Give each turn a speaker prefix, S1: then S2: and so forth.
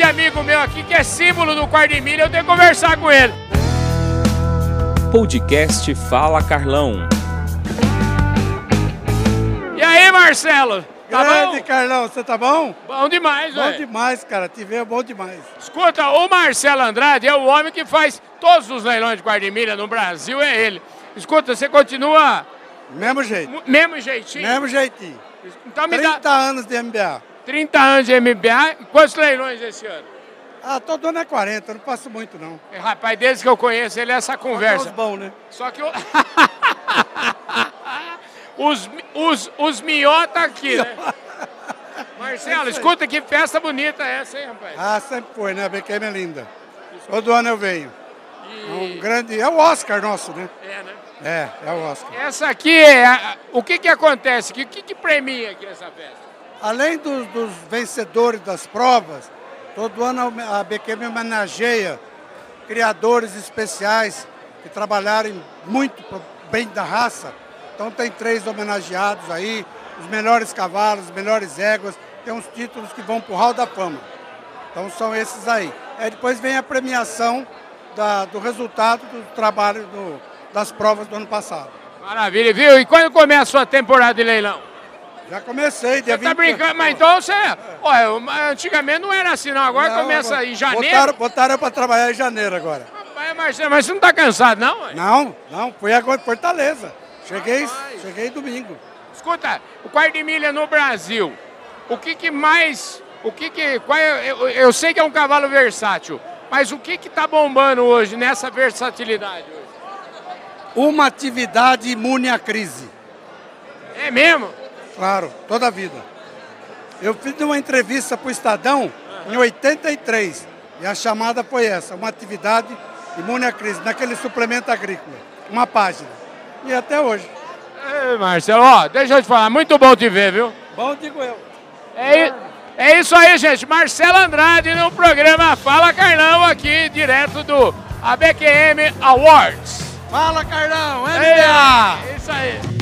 S1: um amigo meu aqui que é símbolo do quarto de milha, eu tenho que conversar com ele.
S2: Podcast Fala Carlão.
S1: E aí, Marcelo? Tá
S3: Grande,
S1: bom?
S3: Carlão, você tá bom?
S1: Bom demais,
S3: Bom
S1: velho.
S3: demais, cara. Te ver é bom demais.
S1: Escuta, o Marcelo Andrade é o homem que faz todos os leilões de quarto de milha no Brasil, é ele. Escuta, você continua
S3: Mesmo jeito.
S1: mu- mesmo jeitinho?
S3: Mesmo jeitinho.
S1: Então me
S3: 30
S1: dá
S3: anos de MBA.
S1: 30 anos de MBA, e quantos leilões esse ano?
S3: Ah, todo ano é 40, eu não passo muito, não.
S1: É, Rapaz, desde que eu conheço ele, é essa
S3: Só
S1: conversa.
S3: que é os bons, né?
S1: Só que o... os, os, os miota aqui, né? Marcelo,
S3: É isso aí.
S1: escuta que festa bonita é essa, hein, rapaz?
S3: Ah, sempre foi, né? A BQM é linda. Todo ano eu venho. É um grande... É o Oscar nosso, né?
S1: É, né?
S3: É, é o Oscar.
S1: Essa aqui é. a- O que que acontece aqui? O que que premia aqui essa festa?
S3: Além dos, dos vencedores das provas, todo ano a BQM homenageia criadores especiais que trabalharam muito pro bem da raça. Então tem três homenageados aí, os melhores cavalos, os melhores éguas, tem uns títulos que vão pro Hall da Fama. Então são esses aí. Aí depois vem a premiação da- do resultado do trabalho do- das provas do ano passado.
S1: Maravilha, viu? E quando começa a sua temporada de leilão?
S3: Já comecei, dia um.
S1: Você tá
S3: 20
S1: brincando, mas então você. Olha, o- antigamente não era assim, não. Agora
S3: Não,
S1: começa em janeiro.
S3: Botaram, botaram eu pra trabalhar em janeiro agora.
S1: Rapaz, Marcelo, mas você não tá cansado, não? ué?
S3: Não, não, fui agora em Fortaleza. Cheguei,
S1: Rapaz.
S3: cheguei domingo.
S1: Escuta, o quarto de milha no Brasil, o que que mais, o que que, qual é- eu, eu sei que é um cavalo versátil, mas o que que tá bombando hoje nessa versatilidade? hoje?
S3: Uma atividade imune à crise.
S1: É mesmo?
S3: Claro, toda a vida. Eu fiz uma entrevista pro Estadão em 83 e a chamada foi essa, uma atividade imune à crise, naquele suplemento agrícola, uma página. E até hoje.
S1: Ei, É, Marcelo, ó, deixa eu te falar, muito bom te ver, viu?
S3: Bom, digo eu.
S1: É, i- é isso aí, gente. Marcelo Andrade no programa Fala Carlão, aqui direto do ABQM Awards.
S3: Fala, Carlão, é
S1: É isso aí.